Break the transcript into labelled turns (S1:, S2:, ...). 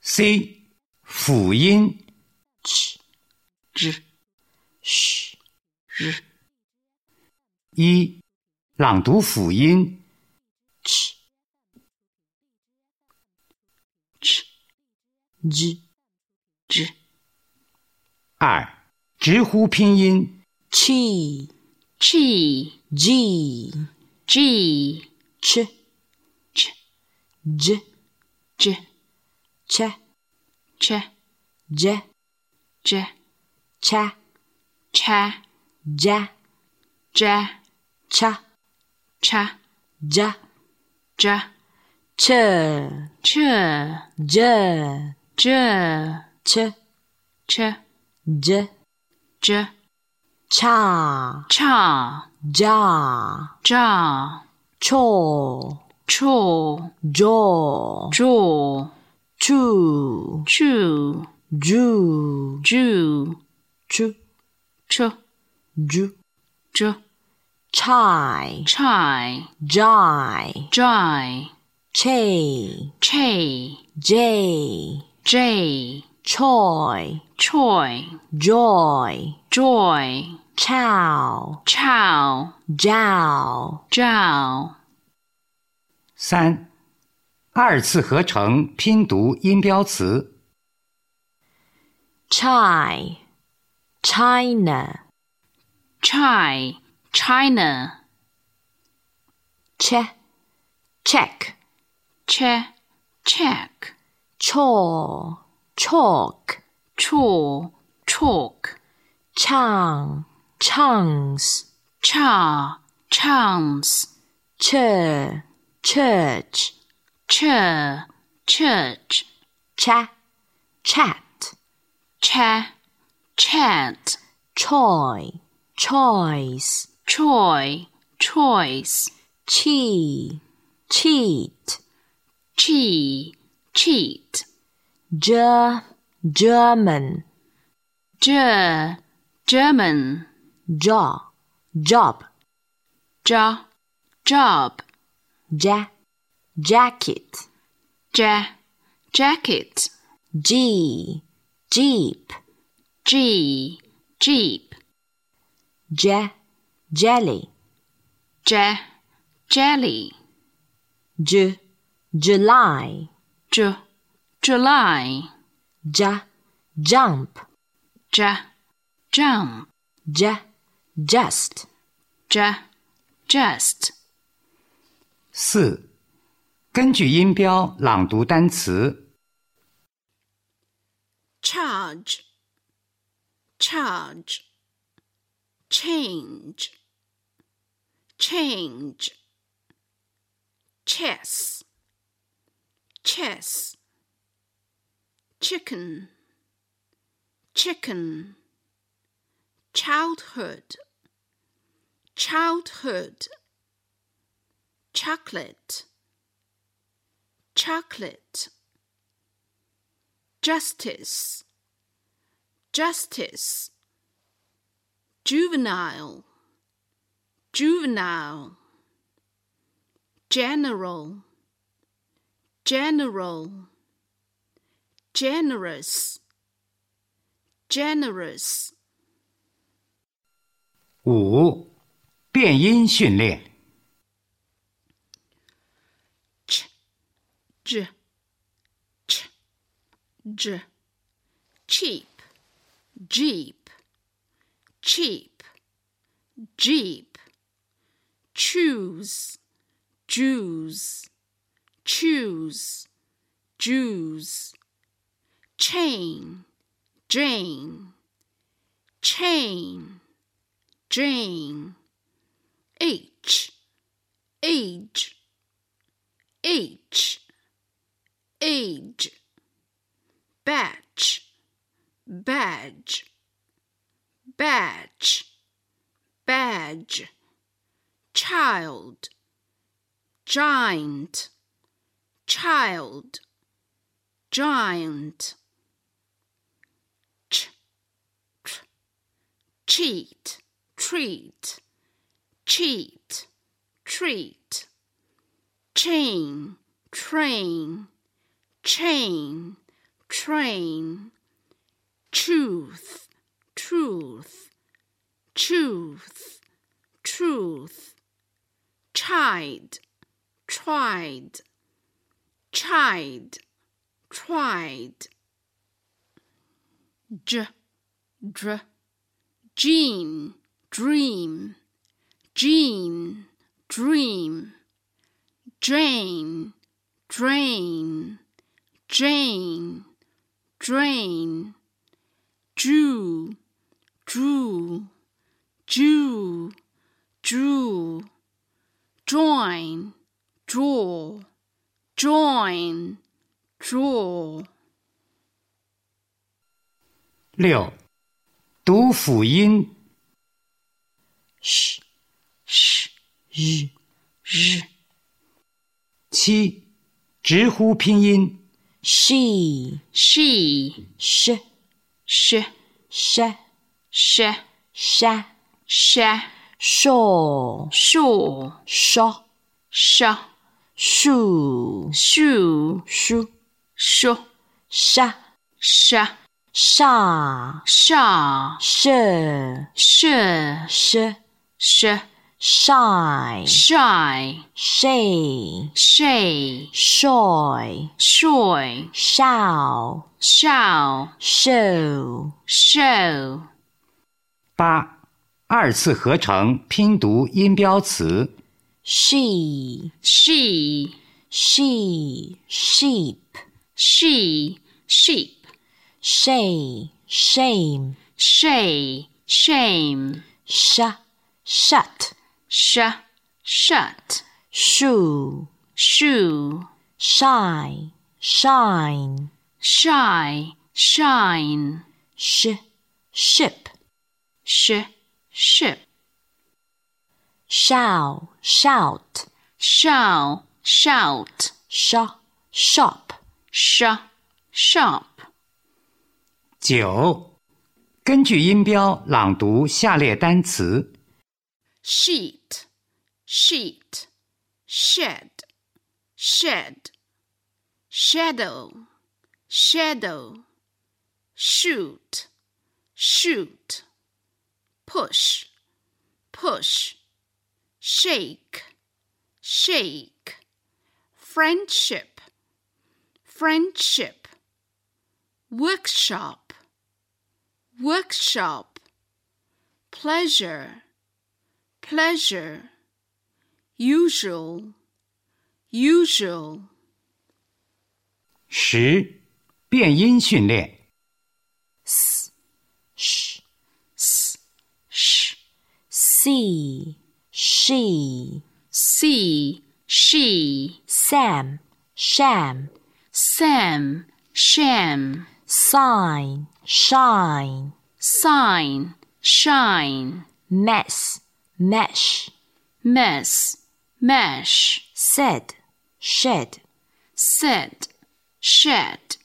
S1: c 辅音
S2: ch、zh、sh、r、
S1: 一，朗读辅音
S2: ch、ch、j、zh、
S1: 二，直呼拼音
S2: chi、
S3: chi
S2: ji、
S3: chi
S2: ch、ch、j、
S3: j
S2: ch、
S3: ch
S2: j、
S3: j
S2: cha、
S3: cha
S2: ja、
S3: ja
S2: cha、
S3: cha
S2: ja、
S3: ja
S2: ch、
S3: ch
S2: j、
S3: j
S2: ch、
S3: ch
S2: j、
S3: j
S2: cha、
S3: cha
S2: ja、
S3: ja
S2: cho、
S3: cho
S2: jo、
S3: jaw
S2: chu、
S3: chew
S2: ju、
S3: jew
S2: chu、
S3: chu
S2: ju、
S3: ju
S2: chai、
S3: chai
S2: jai、
S3: jai
S2: chai、
S3: chay
S2: jay、
S3: jay
S2: choy、
S3: choy
S2: joy、
S3: joy
S2: chow、
S3: chow
S2: jow、
S3: jow
S1: 三，二次合成拼读音标词
S2: chai、china、
S3: chai china
S2: che、check、
S3: che check
S2: chaw、chalk、
S3: chaw chalk
S2: chang、chunks、
S3: cha chums
S2: chur、church、
S3: chur church
S2: cha、chat、
S3: cha chant
S2: choy、choice、
S3: choy choice
S2: chee、cheat、
S3: chi cheat
S2: Ger, German,
S3: ger German
S2: jaw, job,
S3: ja job
S2: ja, jacket,
S3: ja jacket
S2: G, jeep,
S3: g jeep
S2: ja, jelly,
S3: ja jelly
S2: j, July,
S3: j July
S2: ja, jump,
S3: ja jump
S2: ja, just,
S3: ja just
S1: 四，根据音标朗读单词
S4: charge, charge, change, change, chess, chess, chicken, chicken, childhood, childhood, chocolate, chocolate justice, justice, juvenile, juvenile, general, general, generous, generous,
S1: 五，变音训练
S4: ch, j, ch, j, cheap, jeep, cheap, jeep, choose, Jews, choose, Jews, chain, Jane, chain, Jane, H, age, H, age batch, badge, badge, badge, child, giant, child, giant, ch, tr, cheat, treat, cheat, treat, chain, train, chain train, truth, truth, truth, truth, chide, tried, chide, tried,
S3: J, dr, gene, dream, gene, dream, Jane, drain, Jane, drain, Jew, drew, Jew, drew, join, draw, join, draw.
S1: 六，读辅音。
S2: sh, sh, zh, zh.
S1: 七，直呼拼音。
S2: She,
S3: She,
S2: sh,
S3: sh,
S2: sh,
S3: sh,
S2: sh,
S3: sh,
S2: shawl,
S3: shawl,
S2: shaw,
S3: sh,
S2: shoe,
S3: shoe,
S2: shoe,
S3: sh,
S2: sha,
S3: sh,
S2: sha,
S3: shaw,
S2: sh,
S3: sh,
S2: sh,
S3: sh,
S2: shy,
S3: shy,
S2: shay,
S3: shay,
S2: shoy,
S3: shoy,
S2: shall,
S3: shall,
S2: show,
S3: show.
S1: 八，二次合成拼读音标词。
S2: she,
S3: She,
S2: she, sheep,
S3: she, sheep,
S2: shay, shame,
S3: shay, shame,
S2: sha, shut,
S3: sh, shut,
S2: shoe,
S3: shoe,
S2: shy, shine,
S3: shy, shine,
S2: sh, ship,
S3: sh, ship,
S2: shall, shout,
S3: shall, shout,
S2: shaw, shop,
S3: sh, shop.
S1: 九，根据音标朗读下列单词：
S4: sheet, sheet, shed, shed, shadow, shadow, shoot, shoot, push, push, shake, shake, friendship, friendship, workshop, workshop, pleasure pleasure, usual, usual,
S1: 十，变音训练。
S2: sh, s, sh, see, she,
S3: See, she,
S2: sam, sham,
S3: Sam, sham,
S2: sign, shine,
S3: sign, shine,
S2: mess, mesh,
S3: mess, mesh,
S2: said, shed,
S3: said, shed,